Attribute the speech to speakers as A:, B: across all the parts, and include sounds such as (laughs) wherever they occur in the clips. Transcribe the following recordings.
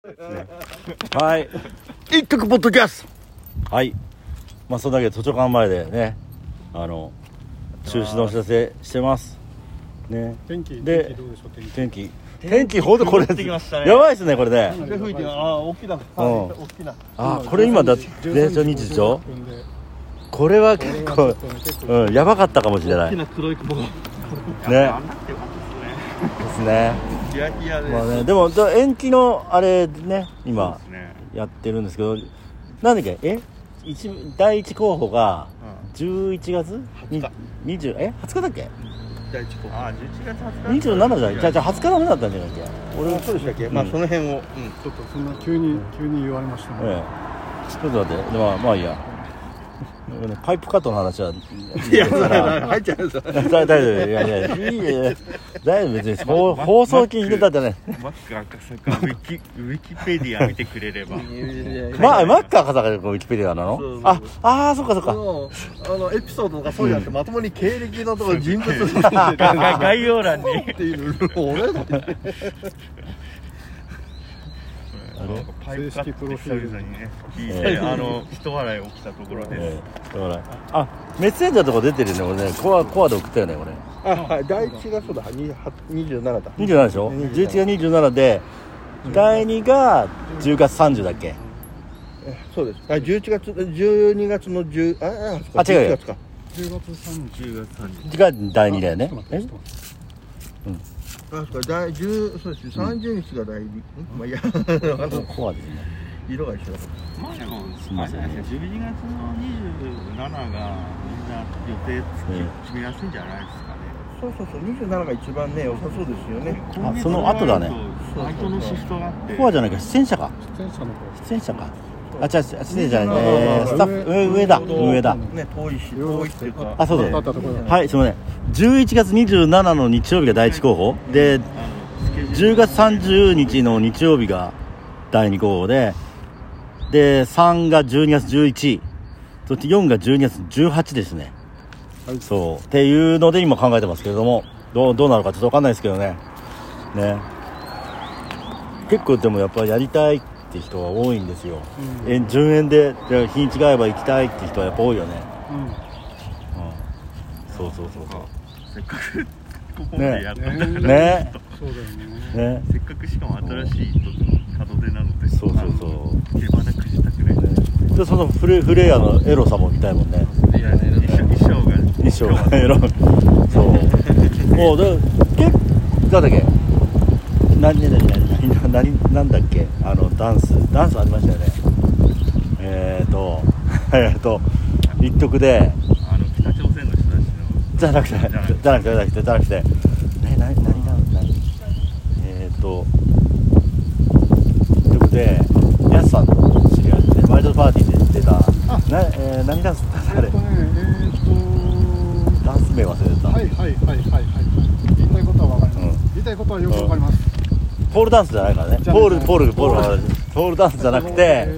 A: ですね。はい。
B: 一曲ポッドキャス
A: はい。まあ、そんだけ図書館前でね、あの、中止のお知らせしてます。ね。
C: 天気
A: で
C: 天気どうでしょう天気
A: 天気。天気ほどこれ、
D: 持ってきましたね
A: やばいですね、これね。
D: で吹いてああ大きな
A: うん
D: 大きな
A: あ、これ今だ、電車日時でしょこれは結構、うん、やばかったかもしれない。
D: 大き
A: ね。
D: な黒い雲が
A: ですね。
D: ヒヤヒヤで
A: まあね、でも、じゃあ延期のあれね、今、やってるんですけど、なんだっけ、え一部第一候補が、11月に20え20日だっけ
D: 第一ああ11月20日
A: 27じゃないじゃあじゃあ20日ダメだったんじゃないっけ
D: 俺もそうでしたっけまあ
A: うん
D: その辺をうん
C: ちょっとそんな急に急に言われましたね
A: ええちょっと待ってでまあまあいいや (laughs) うんパイプカットの話はい
D: や
A: だから
D: 入っちゃうんです
A: 大丈夫いやいやいいよ大丈夫別に放放送禁止でだってね
E: マック赤坂ウィキウィキペディア見てくれれば
A: まあマッカー赤坂のウィキペディアな
D: そうそ
A: の
D: う
A: ああーそっかそっ
D: あ
A: か
D: のあのエピソードとかそうじゃなくてまともに経歴のところ人物っ
E: がが概要欄に
D: ていうのを俺だって
E: なんかパイプカットって久々にね聞い
A: ええ
E: てあの人笑い起きたところで
A: ええだからあメッセンジャーとか出てるよね俺ねコアコアで送ったよね俺
D: あはい第一がそうだには27だ
A: 27でしょ11が27で第2が10月30だっけ
D: そうですあ11月12月の10ああそっか
A: あ違うよ
D: 11月か
C: 10月
E: 10
C: 30
E: 月30
A: が第2だよね
C: ちょっと待って
A: え
C: ちょっと待って
D: あそっか第10そうです30日が第2まあいや (laughs) あの
A: コアですね
D: 色が一緒だ
E: まあでも
A: すいません
E: あれじゃないですか12月の27がみんな予定つき、
A: え
E: 決めやすいんじゃないですかね
D: そうそうそう27が一番ね良さそうですよね
A: あその後だね
E: バイトのシフトがあって
A: コアじゃないか出演者か
C: 自転車の方
A: 出演者かあ違う違う出演者じゃないえースタッフ上上だ上だ
D: ね遠いし遠いっていうか
A: あそう
C: あ
A: だ
C: ったところだ
A: はいすいません11月27の日曜日が第1候補で
E: あのスケジュー
A: 10月30日の日曜日が第2候補でで3が12月11そして4が12月18ですね、
C: はい
A: そうっていうので今考えてますけれどもどうどうなるかちょっと分かんないですけどねね結構でもやっぱりやりたいって人は多いんですよ、え順延でで日にちが合えば行きたいって人はやっぱ多いよね、うん、そうそうそうそ
E: トせっかくここまでやったから、
A: うね
C: そうだよね
A: ね
E: せっかくしかも新しい門出なので
A: そうそうそう
E: あの手放くしたくない
A: でそのフレフレイヤーのエロさも見たいもんね
E: いやね衣装が
A: 衣装がエロそう (laughs) もうだけなんだっけ何何何何何何だっけあのダンスダンスありましたよねえーと (laughs) えーと一曲で
E: あの北朝鮮の人たちの
A: じゃなくてじゃ
E: な
A: なく
E: くて
A: てじゃなくてじゃなくて何何何何何えーと一曲でやすさんの知り合いでワイルドパーティーで出たな、えー、何ダンス
C: え
A: あれ
C: っとねえーっと
A: ダンス名忘れてた、
C: はいはいはいはいはい言いたいことはわかります言いたいことはよくわかります
A: ポールダンスじゃないからね
C: じゃない
A: ポールポールポールはポールダンスじゃなくて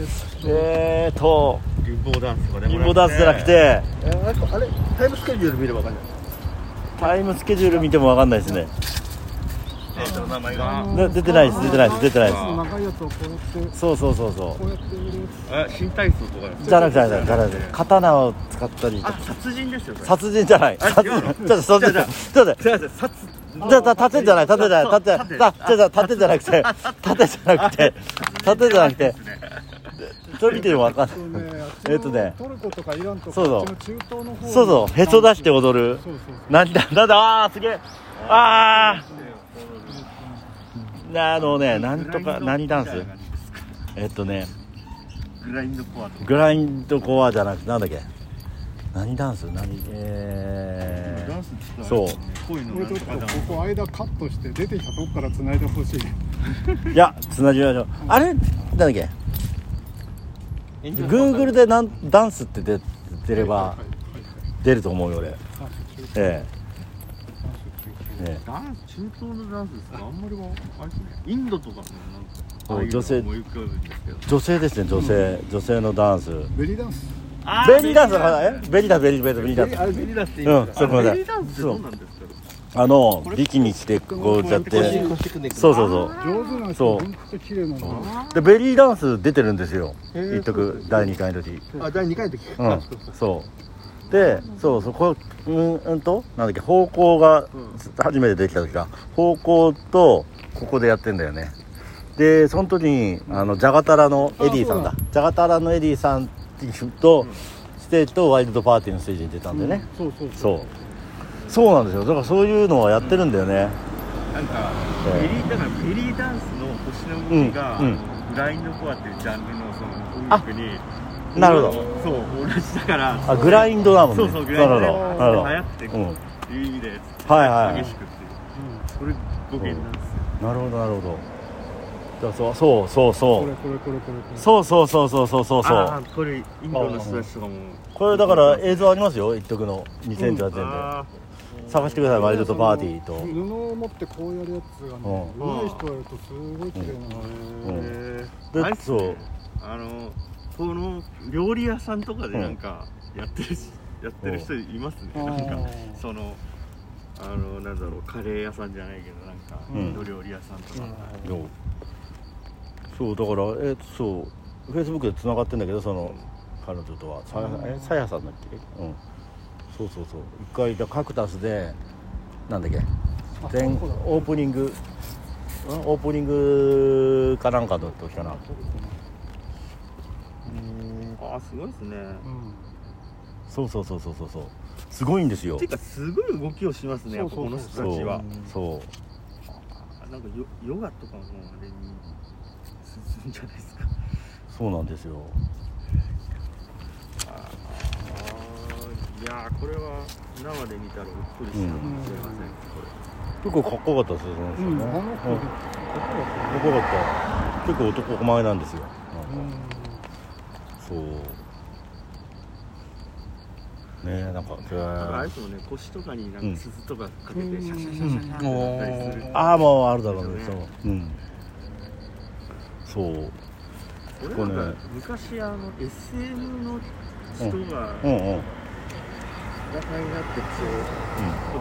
A: えーと
E: リンボーダンスとかでも
A: リンボーダンスじゃなくて
D: えなんかあれタイムスケジュール見ればわかんない
A: タイムスケジュール見てもわかんないですね
E: えっと名前が
A: で出てないです出てないです出てないで
C: 長いやつをこうやって
A: すそうそうそうそ
C: こうやって売るや
E: あ新体操とか
A: うじゃなくてじゃなくてじゃなくて刀を使ったり
E: あ殺人ですよそれ
A: 殺人じゃない
E: あ
A: 殺
E: 違うの
A: ちょっとそっちちょっと待って
E: じゃあ殺
A: じゃあ盾じゃない盾じゃない盾
E: 盾
A: あじゃあ盾じゃなくて盾じゃなくて盾じゃなくてそれ見てもわかんない
C: つね
A: えっとね
C: トルコとかイランとか
A: そうそう
C: あっちの中東の方
A: そうそうへそ出して
C: そう
A: 踊る
C: そうそう
A: なんだなんだあーすげえあーなあのねなんとか何ダンスえっとね
E: グラインドコアとか
A: グラインドコアじゃなくてなんだっけ何ダンス何え
E: ダンスって言ったら
A: そ
E: あ
A: う
E: れですよね恋の
C: これ
E: なん
C: ちょ
E: と
C: っ
E: かダ
C: と
E: ンス
C: ここ間カットして出てきたとこから繋いでほしい
A: ー、いやつなぎましょうあれなんだっけ Google でなんダンスって出出れば出ると思うよ俺えええ
E: ダンス中東のダンスですかあんまりはあれですねインドとかのなんか
A: そう
E: ああいうの
A: 女性
E: 思い浮かぶんですけど
A: え女性ですね女性、女性のダンス
C: ベリーダンス
A: ベリーダンスのえベリーダンスベリーベリーベリーダンス
D: あれベリーダンスって
A: うん、そうごめんなさ
E: ベリ
A: い
E: ーダンスって
A: そ
E: どう
A: う
E: なんですか
A: あのビキに来てこうやって
D: 腰くねくね
A: そうそうそう
C: 上手な人
A: そう
C: ほんと綺麗なの
A: でベリーダンス出てるんですよ
D: へー
A: 一徳第2回の時
D: あ第2回の時
A: う
D: あ
A: んそうでそうそこうんうんとなんだっけ方向が初めてできた時か方向とここでやってんだよねでその時にあのジャガタラのエディさんだ
C: あ
A: ジャガタラのエディさんとステージとワイルドパーティーのステージに出たんだよね、
C: そうそうそう
A: そうそうなんですよだからそういうのはやってるんだよね、
E: なんか
A: ええ
E: ベリーだからベリーダンスの星の動きが、
A: うんうん
E: ブラインドコアっていうジャンルのその音楽に
A: なるほど
E: そう同じだから
A: あグラインドだもんね
E: そうそうグラインドで
A: なるほどなるほど
E: 流行って
A: う
E: こ
A: ん
E: ういう意味で
A: はいはい
E: 激しくっていうそれ語源なんですよ
A: なるほどなるほどだからそうそうそ
C: これ
A: う
C: これこれこれこれ
A: そうそうそうそうそうそうそう
E: あーこれインドの人たちとかも
A: これだから映像ありますよ一徳の2008
E: あ
A: 円で探してくださいワイルドパーティーと
C: 布を持ってこうやるやつがね
A: う
C: 上手い人やるとすごい綺麗な
A: う
C: の
E: ー
A: ん
E: へーあれ
A: で
E: っす
A: そ
E: ね
A: う
E: あのこの料理屋さんとかでなんかやってるし、やってる人いますね
C: うん
E: なんか
C: あー
E: そのあのなんだろうカレー屋さんじゃないけどなんか
A: うん
E: インド料理屋さんとか、
A: そうそうだからえそうフェイスブックでつながってんだけどその彼女とはさやえさやさんだっけうんそうそうそう一回だカクタスでなんだっけ
C: あ
A: 前
C: そうだ
A: オープニングんオープニングかなんかの時かな
E: ああすごいですね、
C: うん
A: そうそうそうそうそうそうすごいんですよ
E: ていうかすごい動きをしますねやっぱこの人たち
A: そう
E: は
A: そう
E: あなんかヨヨガとかもあれに進んじゃないですか
A: そうなんですよ
E: あーいやーこれは生で見たらうっとりしたかもしれません、これ
A: 結構かっこよかったですよその人
C: うん
A: ね、
C: あの子
A: うん
C: ね
A: かっこよかった結構男前なんですよなんか、そうねえなんかへ
E: だからあ
A: え
E: れですもんね腰とかにな
A: うんん
E: か鈴とかかけてシャシャシャシャシャってなったりする
A: ああもうあるだろうね
E: です
A: そ
E: よ
A: う
E: ね
A: うんそう
E: 俺なんか昔あの SM の人が
A: うんうん
E: お腹になってこ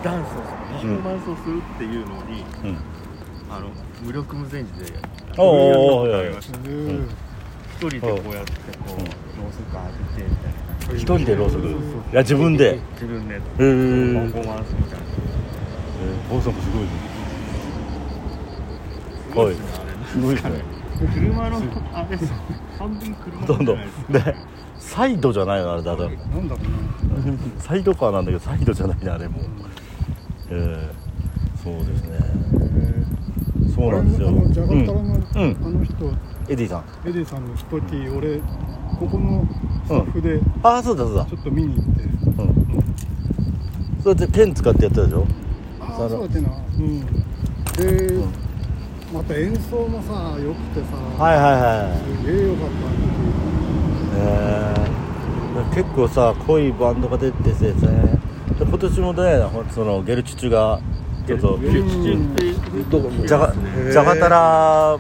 E: うダンスをするパフォーマンスをするっていうのに
A: うん
E: あの無力無前時で
A: おおおお
E: やりました
C: うん
E: 一人でこうやってこう
A: うん
E: ろうそく浴びてみたいな
A: 一人でろうそくいや自分でへ
E: 自分で
A: え
E: パフ
A: ー、
E: ォーマンスみたいな
A: ろうそくすごいね
E: すごいですねあれ
A: すごいですね
E: 車のあれ半分車
A: どんどん
E: じゃないですか
A: でサイドじゃないのあれだと
C: なんだろ
A: サイドカーなんだけどサイドじゃないねあれもう、えーそうですね
C: うなへ
A: そうなんですよ
C: あのジャガタラの、
A: うんうん
C: あの人
A: エディさん
C: エディさんのスポティ俺ここのスタッフでち
A: ああそうだそうだ
C: ょっと見に行って、
A: うん、そうやってペン使ってやったでしょ
C: あ
A: そ
C: あ
A: うだ
C: そうだってなうんで、
A: ん
C: また演奏もさ良くてさ、
A: はいはいはい
C: すげえ良かった
A: えー、結構さ濃いバンドが出ててですねで今年もねほんそのゲルチュチュがちょっと
E: ゲルチュチュってどこ
A: じゃがじゃがたら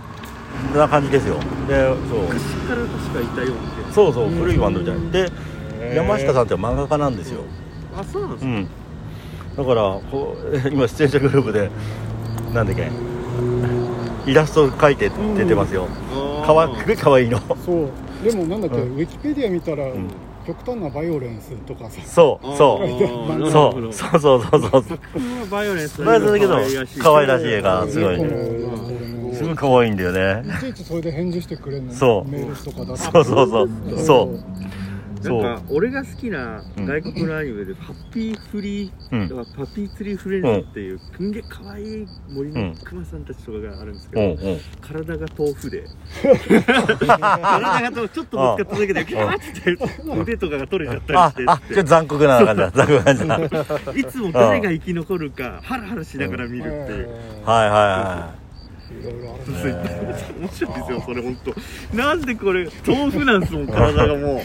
A: な感じですよでそう
E: 昔から確かいたような気が
A: そうそう古いバンドみたいなで山下さんって漫画家なんですよ
E: あそうなんです
A: う
E: か、
A: んだからこう (laughs) 今出演者グループでなんだっけイラスト描いて出てますよかわすごいかわいいの
C: そうでもなんだっけ、
A: うん
C: ウィキペディア見たら、
A: ん
C: 極端なバイオレンスとかさ
A: そうそう
E: う
A: そうそうそうそうそうそう
E: バイオレンス
A: バイオレンスだけど可愛らしい絵があすごいね
C: ね
A: すごい可愛いんだよね
C: いちいちそれで返事してくれるの
A: そう
C: メールとかだって
A: そうそうそうそうそう
E: なんか俺が好きな外国のアニメで「パピーフリー」
A: うん
E: だからパピーツリーフレンズ」っていうすんげえかわいい森のクマさんたちとかがあるんですけ
A: う
E: ど、
A: んうん
E: 体が豆
A: (laughs)
E: 腐で体が豆腐ちょっとぶつかっただけでキャーって腕とかが取れちゃったり
A: あ
E: して
A: あちょっと残酷な感じ
E: (laughs)
A: だ残酷な感じだはい
E: いつも誰が生き残るかハラハラしながら見るっていう、
A: はいはい
C: ろいろあ
E: そ
C: る
E: う (laughs) いった面白いですよそれ本当なんでこれ豆腐なんすもん体がも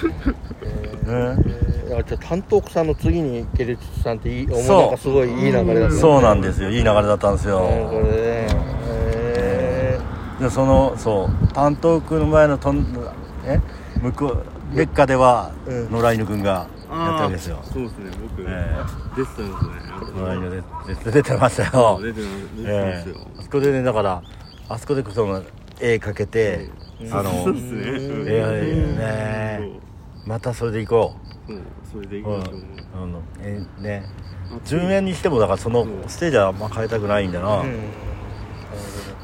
A: いね
D: いやじゃあ担当さんの次にケルチュさんっていいおも
A: そう
D: なんかすごいいい流れだったね
A: そうなんですよいい流れだったんですよ
D: うんこれねへ
A: でそのそう担当君の前のとんえ向こう月下では
D: うん
A: 野良犬くんがやった
E: あ
A: わ
E: ー
A: けですよ
E: そうですね、僕、
A: え
E: 出てたんですね。
A: 野良犬で絶対出てましたよ
E: 出てます出てま
A: え
E: すよ。
A: えあそこでねだからあそこでその絵描けてあの
E: (laughs) そうですね。うん
A: いやいやねまたそれで行こ
E: そう、そうそれでいうきましょう。
A: うんあのえね
E: あ
A: 10円にしてもだからそのステージはあんま変えたくないんだな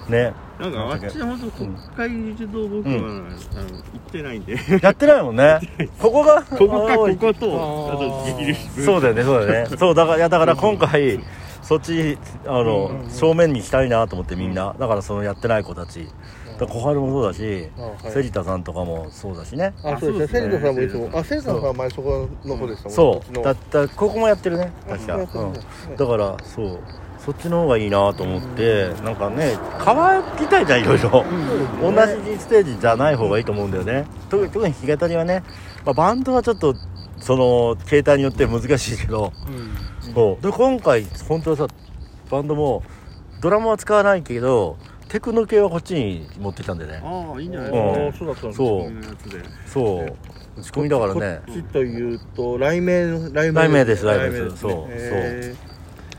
A: ね
E: なんかあっちの本当国会議事堂僕は、あの行ってないん
A: (laughs)
E: で
A: やってないもん
E: (laughs)
A: ねここが
E: ここか
A: あの
E: こことあと自力
A: そうだよねそうだよ
E: (laughs)
A: ねそうだからいやだから今回そっちあの、正面にしたいなと思ってみんな、だからそのやってない子たち、だから小春もそうだし、
D: はい
A: 芹田さんとかもそうだしね、
D: あ、そう
E: あそう
D: ですね。
E: ですね
D: 千田さんもいつも、あ、千田さんは前そこの方でしたもん。
A: そ
D: っち
A: う
D: の
A: だったここもやってるね確か、
D: あ
A: う
D: そ
A: ん
D: うそうそう
A: だからそうそっちの方がいいなと思って、なんかね変わりたいじゃんいろいろ、同じステージじゃない方がいいと思うんだよね特に特に弾き語りはね、まあ、バンドはちょっとその携帯によって難しいけど、そうで今回本当はさバンドもドラムは使わないけどテクノ系はこっちに持ってきたんだよね
E: ああいいんじゃない
A: うん
E: で
D: あ
E: す
D: そうだったん
E: か
D: です
A: そう
E: のやつで
A: そう打ち込みだからね
D: こっちというと、来名の、来
A: 雷鳴です雷鳴で
D: 雷
A: すそう
D: へ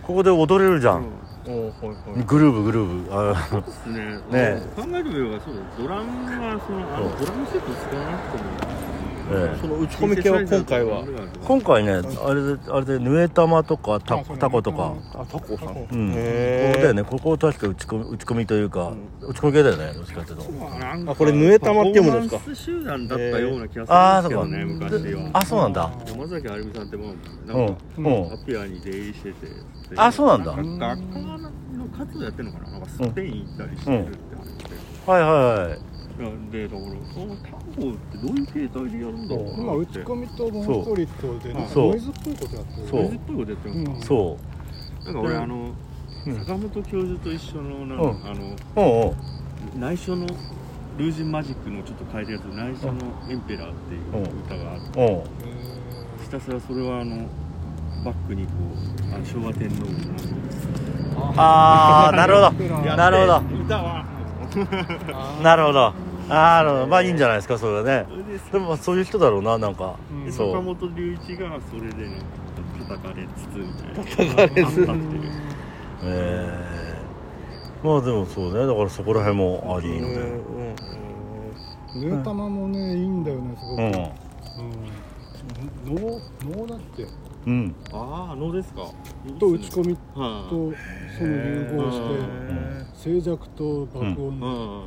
A: ここで踊れるじゃ
E: うん
A: ん、
D: ーおーはいはい
A: グルーブグルーブあの
E: そうですね
A: ね
E: 考えてみればそうですドラムはそのあのドラムセット使わなくても
A: ええ
D: その打ち込み系は今回は。
A: 今回ね、あれで、あれで、ぬえ玉とか、た、タコとか。
D: あ、タコ
A: うん。こ
D: さん。
A: こ
D: へー
A: だよね、ここを確か打ち込み、打ち込みというか、打ち込み系だよね、どっちかっていうと。
E: 回
D: あこれ濡れ玉って読むんですか
E: 集団だったような気
A: あ
E: が
A: あ、そ
E: する
A: うん
E: です
A: か。
E: けどね昔は
A: あ、そうなんだ。
E: 山崎あるみさんってもう
A: う
E: なんんか。
A: うん
E: ア。ピアに出入りしてて
A: あそうなんだ
E: 学校の活動やってるのかななんかスペイン行ったりしてるって話で、
A: はいはいはい。
E: なんでだからそのタコってどういう形態でやるんだろう
C: 今
E: な
C: 打
E: っ
C: ち
E: て
C: 込みともう一人とでなんか
A: そう
C: ノイズっぽいことやってる
A: そう
E: 水っぽいことやってるのか、
A: そ
E: なんか俺あの
A: うん
E: 坂本教授と一緒のなんか、
A: うん
E: あの
A: う。うんうん。
E: 内緒のルージンマジックのちょっと変えたやつ内緒のエンペラーっていう歌があって
A: うん。
E: ひたすらそれはあのバックにこうあの昭和天皇の
A: ああ、なるほ
E: や
A: ど。
E: って
A: なるほど。
E: 歌は
A: なるほど。あーなるほど。まあ、いいんじゃないですか、それはね
E: そ。れで
A: でも、まあそういう人だろうな、なんか。
E: で
A: そう
E: 坂本龍一がそれでね叩かれつつみたいな叩かれつつっていう
A: ええ。まあ、でも、そうね、だから、そこら辺もありので。
D: うん
C: ヌータマもねいいんだよねすごく、
A: う
C: うん
A: ん。
C: 能能だっけ
A: うん。
E: ああ能ですか
C: と打ち込みと
E: は
C: その融合し
E: へ
C: て静寂と爆音、
E: い
C: うん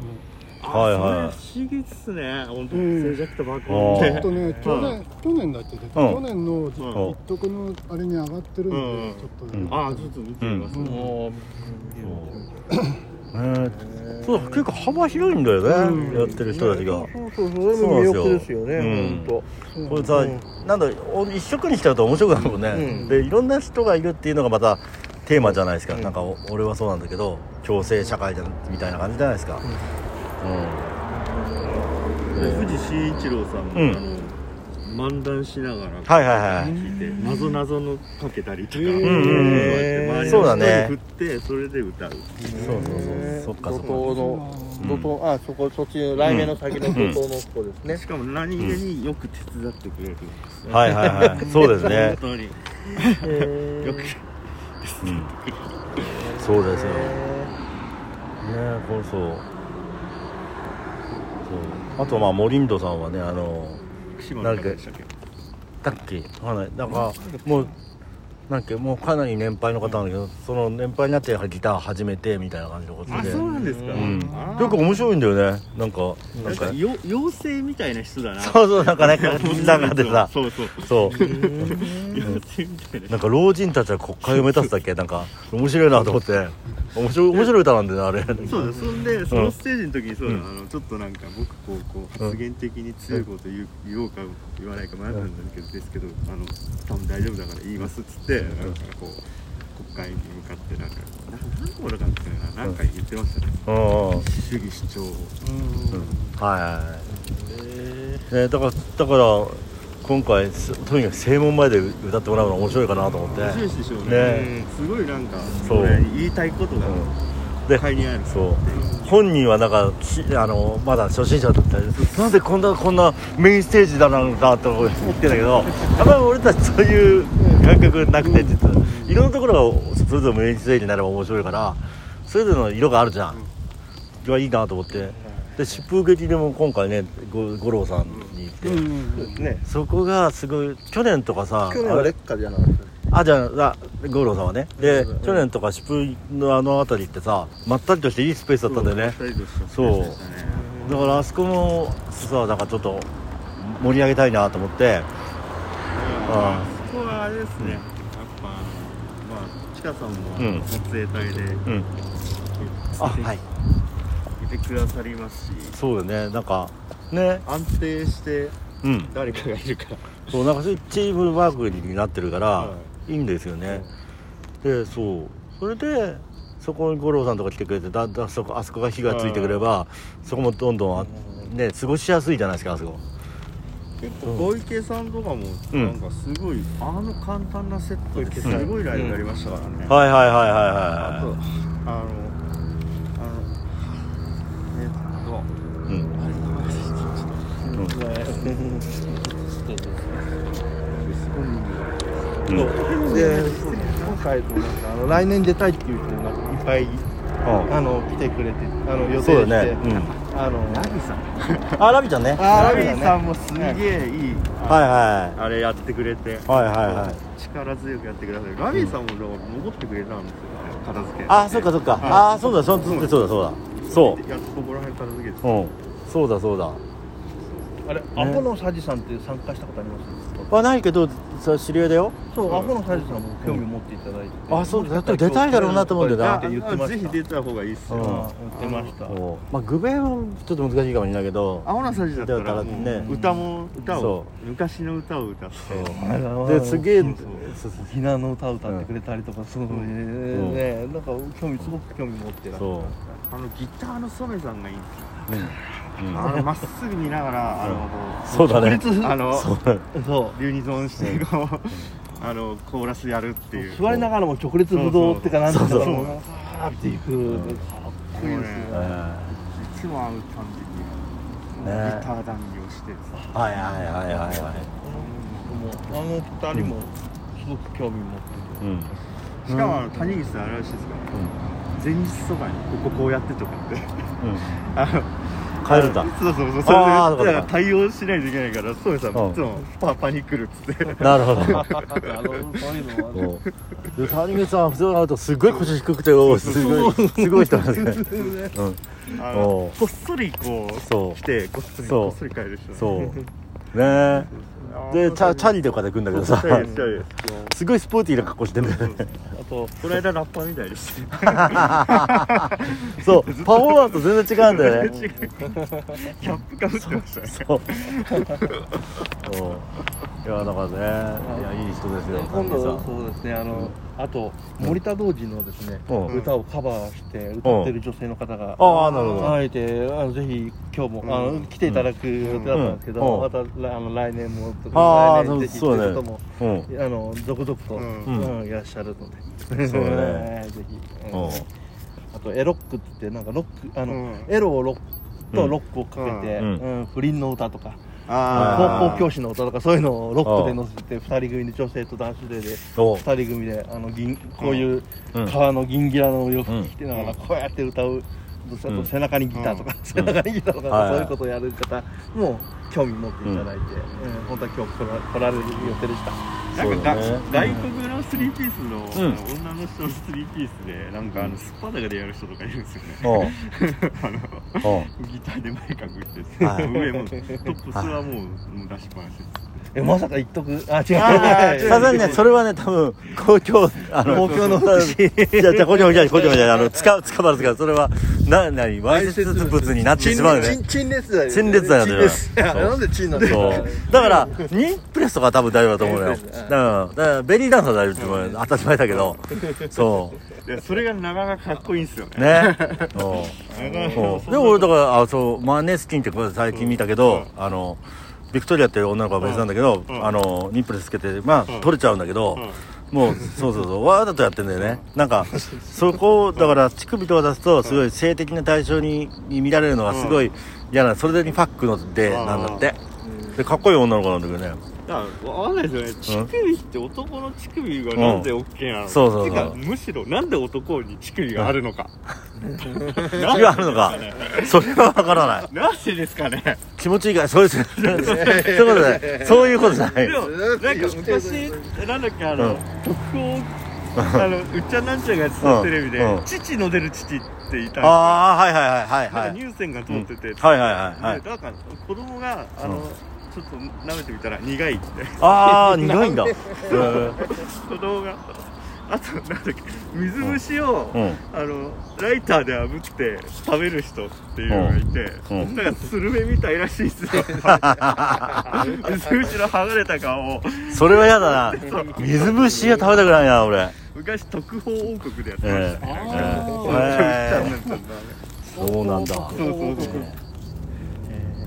E: あ
A: はいはい
E: それ不思議っすね本当
C: うん
E: 静寂と爆
A: あ
E: 音
A: ー
E: で
C: ちょっとね去年去年だっけ出て
A: うん
C: 去年の一
A: ん
C: 徳のあれに上がってるんで、
E: うん
C: ちょっと、
A: うん
E: ああちょっと見てみます
A: う
E: ね
A: えーそうだ結構幅広いんだよね、
C: うん
A: やってる人たちが、
D: そうそうそう、それも魅力ですよ
A: そうなん
D: ね
A: で、す
D: 本
A: これさ、なんだお一色にしちゃうと面白くないもんね、
D: うん
A: でいろんな人がいるっていうのがまたテーマじゃないですか、
D: うん
A: なんかお俺はそうなんだけど共生社会じゃみたいな感じじゃないですかうん、
E: で
A: えー
E: 藤慎一郎さんもあ
A: うん
E: の漫談しながら
A: はいはいはい
E: 聞いて謎謎のかけたりとか
C: うん
A: うんそうだね
E: 振ってそれで歌う
A: そうそうそうそっかそっ
D: 怒
A: か
D: 涛の、
A: うん
D: 怒涛、あ、そこ、そっち、来年の先の怒涛の方ですね。
E: しかも何気によく手伝ってくれるんですよ
A: はいはいはいそうですね
E: 本、当に
D: へー
E: よく
A: うん、そうですよ
D: へ
A: ねこれそうそうあとまあモリンドさんはねあの
E: 福島の方でしたっけ
A: だっけわかんないだからもうなんかもうかなり年配の方なんだけど、その年配になってやはりギター始めてみたいな感じのこと
E: あ
A: で
E: そうなんですか、
A: うん
E: あー
A: よく面白いんだよねなんかな
E: なんん
A: か
E: かよ妖精みたいな人だな
A: そうそうなんかね中でさ
E: そう (laughs) そう
A: そう
E: 妖精みたいな
A: なんか老人たちは国会を目指すだっけなんか面白いなと思って面白い面白い歌なんだよねあれ
E: そうだそんでそのステージの時にそうだ、あのちょっとなんか僕こうこう発言的に強いこと言う,、言おうか言わないか迷ったんだけど、ですけどあの多分大丈夫だから言いますっつって、なんかこう国会に向かってなんかな何個だかっていうのかななんか言ってましたね、
A: うんうんうん
E: 主義主張を
A: はいはいはい、ね、だからだから今回すとにかく正門前で歌ってもらうのが面白いかなと思って、
E: 面白い師匠ね
A: ね
E: すごいなんか
A: そう
E: 俺言いたいことが
A: うんで
E: 買いに会える
A: そう本人はなんかしあのまだ初心者だったりなんでこんなこんなメインステージだなんかと思ってんだけどやっぱり俺たちそういう感覚なくて実はいろんなところがそれぞれメインステージになれば面白いからそれぞれの色があるじゃん、いやいいなと思ってで疾風劇でも今回ねご五郎さんに行って、
D: ね
A: そこがすごい去年とかさ
D: 去年は
A: あれ
D: 劣化じゃなかっ
A: あじゃああ五郎さんはねで
D: うん
A: 去年とか疾風のあの辺りってさまったりとしていいスペースだったんだよね
E: そう二人とした
A: そう
E: でしたね
A: だからあそこもさなんかちょっと盛り上げたいなと思って
E: あそこはあれですねやっぱあのまあちかさんもあ
A: う
E: の
A: ん
E: 撮影隊で
A: うんあはい
E: いてくださりますし
A: そうよねなんかね
E: 安定して
A: うん
E: 誰かがいるから
A: そうなんかそういうチームワークになってるから、、
E: はい
A: いんですよね、でそうそれでそこに五郎さんとか来てくれてだんだんそこあそこが火がついてくれば、そこもどんどんあね過ごしやすいじゃないですかあそこ
E: 結構小池さんとかも
A: うん
E: なんかすごい、あの簡単なセットですごいライブになりましたからね、
A: はいはいはいはい
E: あ
A: は
E: とあのあのえっと
A: いはい、うん、
E: あれ名前忘れちゃった
D: たで今回となんかあの来年出たいっていう人がいっぱいあの来てくれてあの予定
A: そう
D: して、
A: だね、うん、
D: あの
E: ラビさん
A: あラビちゃんねはい
D: あ
E: ラ
D: ラビ
E: ビ
D: ー
E: さ
D: さ
E: んもすげえいい
A: は
E: あれやってくれて
A: いはいはいはい
E: 力強くやってくださいラビーさんもだから残ってくれたんですよね片付け
A: あそっかそっかあそうだそうだそうだそうだそ
E: やっとここら辺片付けて
A: ううんそうだそうだ
D: あれアホのサジさんって参加したことあります
A: はないけどさ知り合いだよ
D: そうアホのサジさんも興味持っていただいて
A: あそうだだって出たいだろうなと思うんだよな
D: って言ってました
E: ぜひ出た方がいいっすよ、
A: うん
D: あ言ってました
A: そうまあ具弁はちょっと難しいかもしれないけど
E: 青菜さじだったらも
A: だからね
E: う歌も歌
A: そ
E: を昔の歌を歌って
A: ですげえ
E: そう
D: ひなの歌歌ってくれたりとかすごいね,、なんか興味すごく興味持ってらっしゃる
A: そ
E: あのギターの染さんがいいんですよ
A: う、うんうん、
E: あのまっすぐ見ながらあの
A: そうだね
E: こうあの
A: そうだね
D: そ
E: 留に存してこうあのコーラスやるっていう
D: う座りながらも直列不動っていうかなんていう
A: そう
D: の
A: そう
D: かなあーっていくかっこいいです
E: もう
D: ね
E: いつも会うたんびにギ
A: ね
E: ター談義をしてさ
A: はいはいはいはいはい
D: もうあの二人もすごく興味持って (laughs)
A: うん
E: しかもあの谷口さんあれらしいですから前日とかにこここうやってとかって
A: うん
E: (laughs) あの
A: 帰るんだ
E: そうそうそうそれで
A: あー
E: だから対応しないといけないからそうさんいつ
A: うん
E: もパパに来るっつって
A: なるほど
D: あのそういうのはね
A: そうで谷口さん普通に会うとすごい腰低くておーすごいすごい人なんですね (laughs)
E: あ
A: おう
E: のこっそりこう
A: そう
E: 来てこっそり
A: そう
E: こっそり帰る人
A: そうねでチャチャリとかで来るんだけどさ
E: チャリチャリです
A: すごいスポーティーな格好してんだよね
D: あと
E: この間ラッパーみたいでした
A: そうパフォーマンスと全然違うんだよね
E: (laughs) 違うキャップかぶってましたね
A: そうそういやだからねいやいい人ですよ
D: 今
A: 谷口
D: 度
A: さ
D: そうですねあの、あと森田童子のですね、
A: んうん
D: 歌をカバーして歌ってる女性の方が、
A: ああなるほど
D: 会えてあのぜひ今日も、あの来ていただく予定だったんですけど、
A: うん
D: また来あの来年もと
A: ああ
D: 来年ぜひ
A: そうね
D: ということも、
A: うん
D: あの続々と、
E: うん
D: うんいらっしゃるので、
A: そう
D: (laughs)
A: ね
D: ぜひ、うん
A: うん
D: あとエロックって言ってなんかロックあの、
E: うん
D: エロをロックとロックをかけて、
A: う
D: うんん不倫の歌とか
A: あー
D: 高校教師の歌とかそういうのをロックで載せて二人組で女性と男子でで
A: おう
D: 二人組であの銀こういう
A: うん
D: 革の銀ギラのお洋服着てながらこうやって歌うあ
A: うん
D: と背中にギターとか、背中にギターと
A: はい
D: か、そういうことをやる方も興味持っていただいて、うん本当は今日来ら来られる予定でした
E: なんかが
A: そうだね
E: 外国のスリーピースの、
A: うん
E: 女の人のスリーピースでなんかあのスパダがでやる人とかいるんですよね、
A: おう
E: (laughs) あの
A: おう
E: ギターで前隠して
A: はい
E: 上もうトップスはもうもう出しっぱなし
D: えまさか一徳あ違う
E: あー
D: (laughs)
A: さすがにね、それはね、多分公共、あの、
D: 公共の
A: じゃあ、じゃあ、公共じゃない、公共じゃない、あの、使う、使わずから、それは、な、なに、わいせつ物になってしまうよね。
D: 陳列だよ
A: 陳列だよね
D: 陳列
A: そう
D: なんで陳なんだ
A: そ
D: よ
A: う。だから、ニップレスとか多分大丈夫だと思うよ。だから、だからベリーダンサー大丈夫って思うよ当たり前だけど。そ
E: ですいやそれがなかなかかっこいいんですよね
A: う。 (laughs) ね。そうそう。で、俺、だから、あ、そう、マネスキンってこれ最近見たけど、あの、ビクトリアっていう女の子は別なんだけど、
E: ん
A: あの、ニップレスつけて、まあ、取れちゃうんだけど、もうそうそうそうわざとやってんだよねなんかそこをだから乳首とか出すとすごい性的な対象にに見られるのがすごい嫌なそれでにファックのでなんだってでかっこいい女の子なんだけどね
E: だからわかんないですよね乳首って男の乳首がなんで OK なのか、
A: そうそうそう
E: てかむしろなんで男に乳首があるのか
A: 乳首あるのかそれはわからない
E: なんでですかね
A: 気持ちいいからそうです (laughs) そういうことじゃないそういうことじゃない
E: でもなんか昔なんだっけあ
A: う
E: の
A: ん
E: 特報あのうっちゃなんちゃがやってたテレビで
A: うんうん
E: 「父の出る父」っていたんですよ
A: ああはいはいはいは
E: ないん
A: は
E: か
A: い
E: 乳腺が通ってて、
A: うんはいはいはいはい
E: でなんか子供があの、
A: うん
E: ちょっと舐めてみたら苦いって (laughs)
A: ああ苦いんだうん
E: 子供があとなんだっけ水虫を、
A: うん (laughs)
E: あのライターで炙って食べる人っていうのがいて、
A: うんうん
E: なんかスルメみたいらし
A: (laughs)
E: いですよ水虫の剥がれた顔を
A: それは嫌だな水虫は食べたくないな俺
E: 昔特報王国でやってまし
A: え
E: た
A: ええ
E: ね、
A: え
E: なんか
A: そうなんだ
E: そうそうそう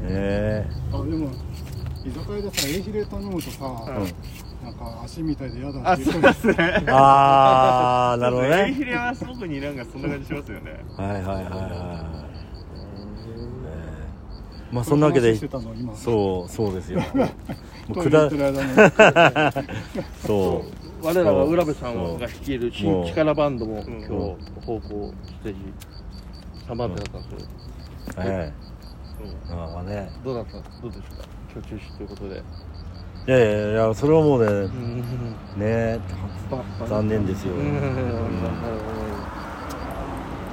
A: え
C: あでも居酒屋でさエイヒレ頼むとさ、なんか足みたいで嫌だって言っ
E: そ
C: て
E: うですね
A: えああなるほど
E: エイ
A: (laughs) ね
E: ヒレは特になんかそんな感じしますよね
A: はいはいはいはいええまあそんなわけで
C: してたの今
A: そうそう (laughs) ですよもう
C: ト
A: く
C: イレ行
A: だ
C: ってる間に
A: そ
D: 我らが浦部さんが率いる
A: そう
D: 新力バンドも
E: うん
D: 今日方向ステージ3番手だったんですけど、
A: うええまあね
D: どうだったんですどうでした今日中止ということで、
A: いやいやいやそれはもうね
D: うん、
A: ね残念ですよ
D: うんなるほど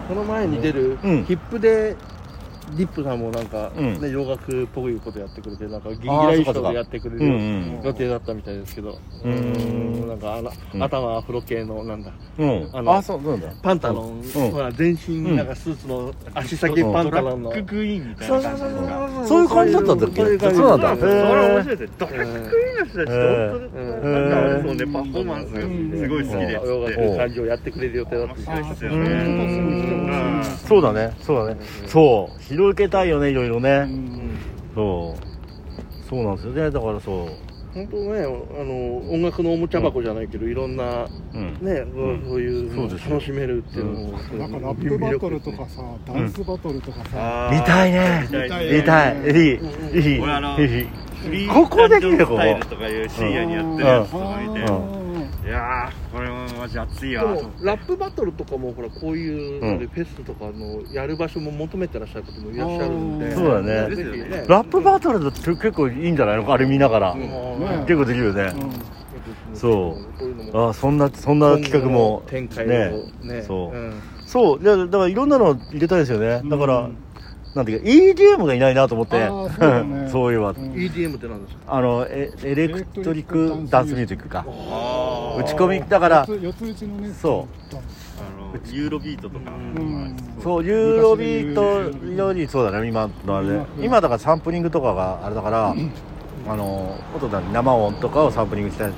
D: この前に出る、
A: うん
D: ヒップでディップさんもなんか、
A: うん
D: ね、洋楽っぽいことやってくれてなんかギリギ
A: あー
D: ラ
A: そうかそうか
D: 衣装でやってくれ
A: うんう
D: る
A: ん
D: 予定だったみたいですけど、
A: うん
D: なんかあの、
A: うん
D: 頭アフロ系のなんだ
A: うん
D: あの
A: あそうなんだ
D: パンタロ
A: う
D: ン、
A: ん
D: ほら全身なんかスーツの足先パンタロンの、
E: ドラッグクイーンみたい
D: そう
E: な
D: そう
E: 感じ
D: そ
E: ですか
D: う
A: そういう感じだったんだっけ
D: そういう感じ
A: そう
E: そ
A: なだ
E: うんなんですよ。それ面白
A: へ
E: いです。ドラッグクイーンの人たち、本当に、
A: へー
E: なんか、そうね、パフォーマンスがすごい好きで
D: うん
E: っ
D: 洋
E: つっ
D: 楽
E: て。
D: の感じをやってくれる予定だった
E: 面
D: みたい
E: 白いですよ
A: う
E: ね。
A: ん
E: うん
A: そうだねそうだねそう広げたいよねいろいろねそうそうなんですよねだからそ
D: 本当ねあの音楽のおもちゃ箱じゃないけど、いろんな
A: ううん
D: ね、こう
A: うん
D: そういう
A: そ
D: の
A: う
D: を
A: ですよ
D: 楽しめるっていうのも、
C: なんかラップバトルとかさダンスバトルとかさ、
E: あー
A: 見たいね
E: 見たい
A: 見
E: ね。
A: たいいい
D: うん
A: いい
E: 俺あの
A: いい
E: フリー
A: (laughs) ここできるよここ
E: ダンジョンスタイルとかいう深夜にやってるやつとか見て。
A: うん
E: いやー、これもマジ熱い
D: で
E: わ。と思
D: も
E: って
D: ラップバトルとかもほらこういうのでフェスとかのやる場所も求めてらっしゃる方もいらっしゃるん
C: う
D: で
C: ん
A: そうだね
D: ぜひね
A: ラップバトルだって結構いいんじゃないのかあれ見ながら
D: うん
C: ね
A: 結構できるよねそ
D: こういうのも
A: あーそんなそんな企画も
D: 展開を
A: ね
D: ね
A: そう
D: うん
A: そういやだからいろんなの入れたいですよねだから
C: うん
A: なんていうか EDM がいないなと思って
C: あーそうだね
A: (laughs) そういえば
C: うん
D: EDM って何ですか
A: あのエエレクトリックダンスミュージックか
E: あ
A: 打ち込みだから
C: 四つ四つ打ちのね
A: そ
E: ーあの、ユーロビートとか。
C: うん
A: そうユーロビートよりそうだね今のあれで今だからサンプリングとかがあれだからあの音だね生音とかをサンプリングしたり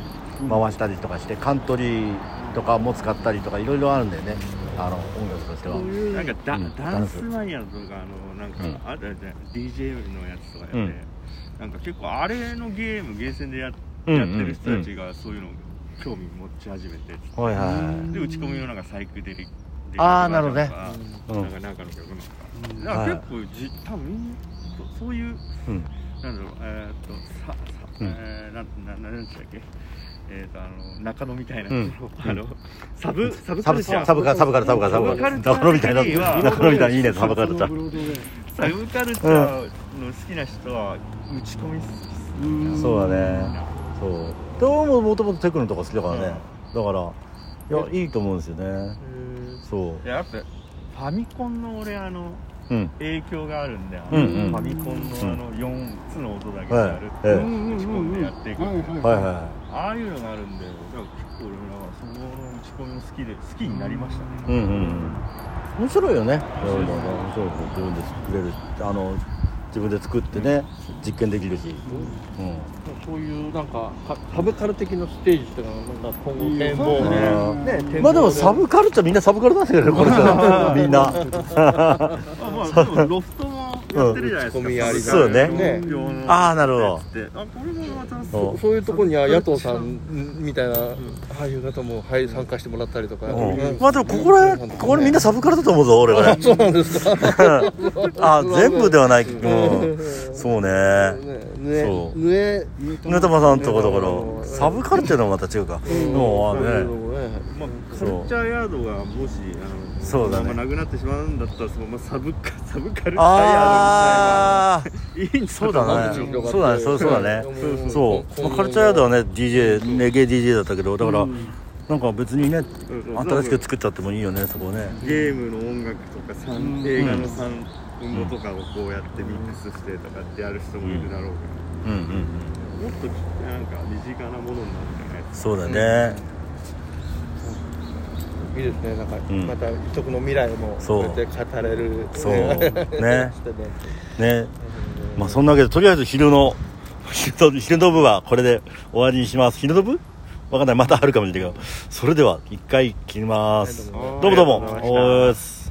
A: 回したりとかしてカントリーとかも使ったりとかいろいろあるんだよねあの音楽としては
E: なんかダ,、
A: うん
E: ダンスマニアとかあのなんか、
A: うん
E: あれじゃん DJ のやつとかやって、
A: うん
E: なんか結構あれのゲームゲーセンでや,、
A: うん
E: やってる人たちがそういうの興味持ち始めて、
A: はいはいはい
E: で打ち込みのなんかサイクデリック
A: あーなるほどね
E: とか
A: うん
E: なんかなんかの曲のなんか結構じ多分みんなそうそういう
A: うん
E: なんだろうえーっとささ、
A: うん
E: えー、なんななんでしたっけえーっとあの中野みたいな、
A: うん
E: あのサブサ
A: サ
E: ブカ
A: ブ
E: ルチャー
A: サブカルサブカルサブカルサブカル中野みたいな中野みたいないいねサブカルだ
C: ブロードウェイ
E: サブカルチャーの好きな人は打ち込み好きっす
C: うん
A: そうだねそうどうももともとテクノとか好きだからねだからいやいいと思うんですよねそ
E: いややっぱファミコンの俺あの
A: ううん
E: 影響があるんであの、
A: うんうん
E: ファミコンのあの4つの音だけでやるって、
A: はいええ
E: 打ち込んでやっていく、
C: はいはい
A: はいは
E: ああいうのがあるんでだから結構俺らはそこの打ち込みも好きで好きになりましたね、
A: いうんうん面白いよね面白い自分で作れるあの自分で作ってね実験できるしうん
D: そういうなんかかサブカル的なステージっていうのはなんか今後展
C: いいよ
D: 望
C: ね
D: ねね
A: まあでもサブ (laughs) カルチャーみんなサブカルなんですけどねこれからみんな
E: あまあでもロフトもやってるじゃないですか、
D: うん打ち込みあり
A: そうねああなるほど
E: どあこれもまた
A: お
E: そう
D: そういうとこには野党さんみたいな、ああいう方も、はい、参加してもらったりとか、
A: うんまあでもここら辺これみんなサブカルだと思うぞ俺は (laughs)
D: あそうなんですか、
A: あ全部ではないけど、うんそうね
D: ね
A: そう
D: ね
A: ぬたまさんとこだからサブカルっていうのはまた違うか、
D: ん
A: もうあ
D: ね
A: ね
E: まあ、カルチャーヤードがもしあの
A: そうだね
E: まあなくなってしまうんだったらその、まあ、サブカサブカルチャーヤードみたいない
A: ああ
E: いんじゃない
A: そうだねそうだねそうそうだねそう、まあ、カルチャーヤードはね DJ ねゲー DJ だったけどだから、なんか別にね
E: そうそう
A: 新しく作っちゃってもいいよねそこね
E: ゲームの音楽とかさん映画のサウンドとかをこうやってミックスしてとかってやる人もいるだろうか
A: うんうんうん
E: ら、もっとなんか身近なものになるんじゃないですか
A: そうだね、
D: いいですねなんか、
A: ん
D: また一徳の未来も
A: そう
D: こうやって語れる
A: そうね
D: ね (laughs) してね
A: ねまあそんなわけでとりあえず昼の (laughs) 昼の昼の部はこれで終わりにします昼の部わかんないまたあるかもしれないけどそれでは一回切ります
D: はい
A: どうもどう
E: ありがとうございま
A: も
E: した
A: おーす